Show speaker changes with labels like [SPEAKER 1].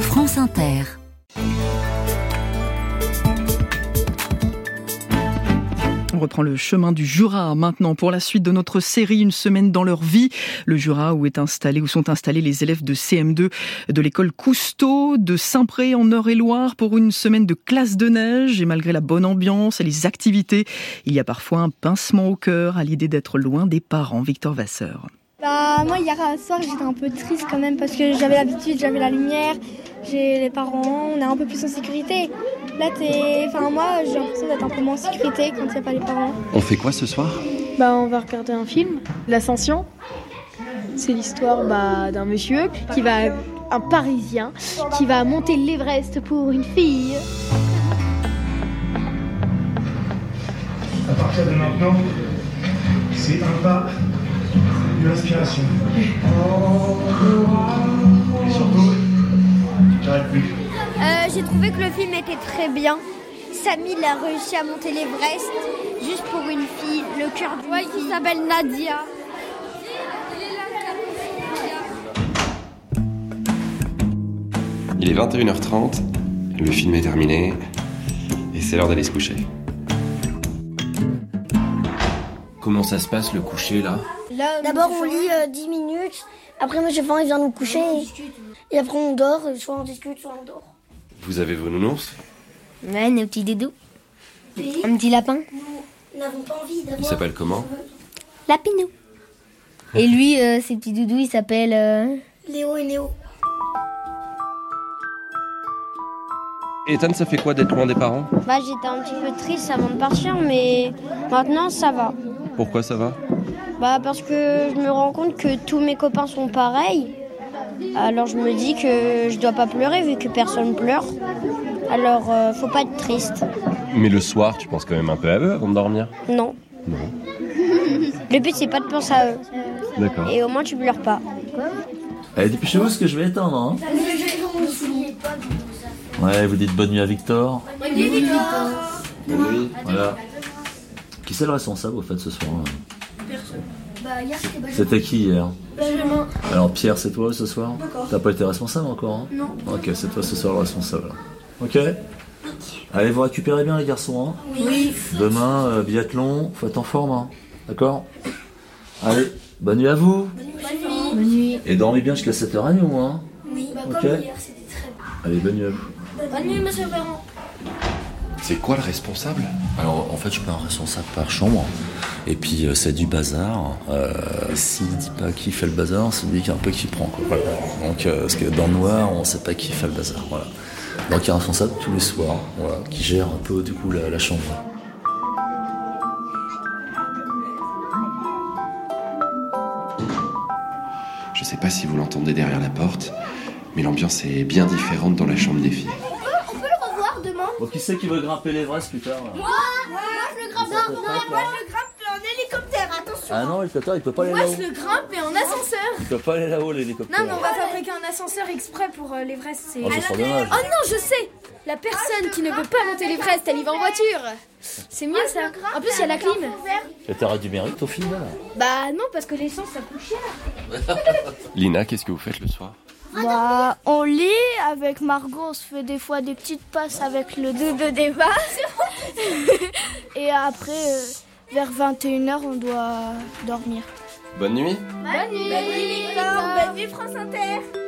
[SPEAKER 1] France Inter.
[SPEAKER 2] On reprend le chemin du Jura maintenant pour la suite de notre série Une semaine dans leur vie. Le Jura où est installé, où sont installés les élèves de CM2 de l'école Cousteau de Saint-Pré en Eure-et-Loire pour une semaine de classe de neige. Et malgré la bonne ambiance et les activités, il y a parfois un pincement au cœur à l'idée d'être loin des parents. Victor Vasseur.
[SPEAKER 3] Bah moi hier soir j'étais un peu triste quand même parce que j'avais l'habitude, j'avais la lumière, j'ai les parents, on est un peu plus en sécurité. Là t'es, enfin moi j'ai l'impression d'être un peu moins en sécurité quand il n'y a pas les parents.
[SPEAKER 4] On fait quoi ce soir
[SPEAKER 5] Bah on va regarder un film, L'Ascension. C'est l'histoire bah, d'un monsieur qui va, un Parisien, qui va monter l'Everest pour une fille.
[SPEAKER 6] À partir de maintenant, c'est un pas de l'inspiration. Et surtout, j'arrête plus.
[SPEAKER 7] Euh, j'ai trouvé que le film était très bien. Samy il a réussi à monter l'Everest juste pour une fille, le cœur de voile qui s'appelle Nadia.
[SPEAKER 4] Il est 21h30, le film est terminé et c'est l'heure d'aller se coucher. Comment ça se passe le coucher là
[SPEAKER 8] D'abord, on lit euh, 10 minutes. Après, moi, j'ai faim, il vient nous coucher. Et après, on dort. Soit on discute, soit on dort.
[SPEAKER 4] Vous avez vos nounours
[SPEAKER 9] Ouais, nos petits dédous. Un petit lapin.
[SPEAKER 8] Nous n'avons pas envie d'avoir.
[SPEAKER 4] Ils s'appellent comment
[SPEAKER 9] Lapinou. Et lui, euh, ses petits doudous, il s'appelle... euh,
[SPEAKER 8] Léo et Néo.
[SPEAKER 4] Ethan, ça fait quoi d'être loin des parents
[SPEAKER 7] Bah j'étais un petit peu triste avant de partir mais maintenant ça va.
[SPEAKER 4] Pourquoi ça va
[SPEAKER 7] Bah parce que je me rends compte que tous mes copains sont pareils. Alors je me dis que je dois pas pleurer vu que personne pleure. Alors euh, faut pas être triste.
[SPEAKER 4] Mais le soir, tu penses quand même un peu à eux avant de dormir
[SPEAKER 7] Non.
[SPEAKER 4] Non.
[SPEAKER 7] Le but c'est pas de penser à eux.
[SPEAKER 4] D'accord.
[SPEAKER 7] Et au moins tu pleures pas.
[SPEAKER 10] Allez, Eh, dépêchez-vous parce que je vais éteindre. Hein. Ouais, vous dites bonne nuit à Victor. Eh Voilà. Qui c'est le responsable au fait ce soir hein C'était qui hier Alors Pierre, c'est toi ce soir T'as pas été responsable encore hein Non. Ok, c'est toi ce soir le responsable. Ok Allez, vous récupérez bien les garçons. Hein Demain, euh, biathlon, faut être en forme. hein. D'accord Allez, bonne nuit à vous. Et dormez bien jusqu'à 7h30 ou hein
[SPEAKER 8] Oui,
[SPEAKER 10] Ok. Allez, bonne nuit à vous.
[SPEAKER 8] Bonne nuit, monsieur Ferrand.
[SPEAKER 4] C'est quoi le responsable
[SPEAKER 10] Alors en fait, je mets un responsable par chambre. Et puis euh, c'est du bazar. Euh, S'il dit pas qui fait le bazar, c'est lui qui un peu qui prend. Quoi. Voilà. Donc euh, parce que dans le noir, on sait pas qui fait le bazar. Voilà. Donc il y a un responsable tous les soirs, voilà, qui gère un peu du coup la, la chambre.
[SPEAKER 4] Je sais pas si vous l'entendez derrière la porte, mais l'ambiance est bien différente dans la chambre des filles.
[SPEAKER 10] Bon, qui c'est qui veut grimper l'Everest plus tard Moi, je le grimpe. moi je le grimpe en hélicoptère. Attention. Ah non, l'hélicoptère, il peut pas aller là-haut.
[SPEAKER 11] Je grimpe et en ascenseur.
[SPEAKER 10] Il peut pas aller là-haut l'hélicoptère.
[SPEAKER 11] Non, mais on va fabriquer un ascenseur exprès pour euh, l'Everest. c'est-
[SPEAKER 10] Oh, je sens dommage.
[SPEAKER 11] Oh non, je sais La personne qui ne peut pas monter l'Everest, elle y va en voiture. C'est mieux ça. En plus, il y a la clim.
[SPEAKER 10] Et t'auras du mérite au final.
[SPEAKER 11] Bah non, parce que l'essence, ça coûte cher.
[SPEAKER 4] Lina, qu'est-ce que vous faites le soir
[SPEAKER 3] Bah on lit avec Margot, on se fait des fois des petites passes avec le doudou des vases. Et après euh, vers 21h on doit dormir.
[SPEAKER 4] Bonne nuit
[SPEAKER 11] Bonne nuit,
[SPEAKER 8] Bonne nuit, Victor. Bonne nuit, France Inter.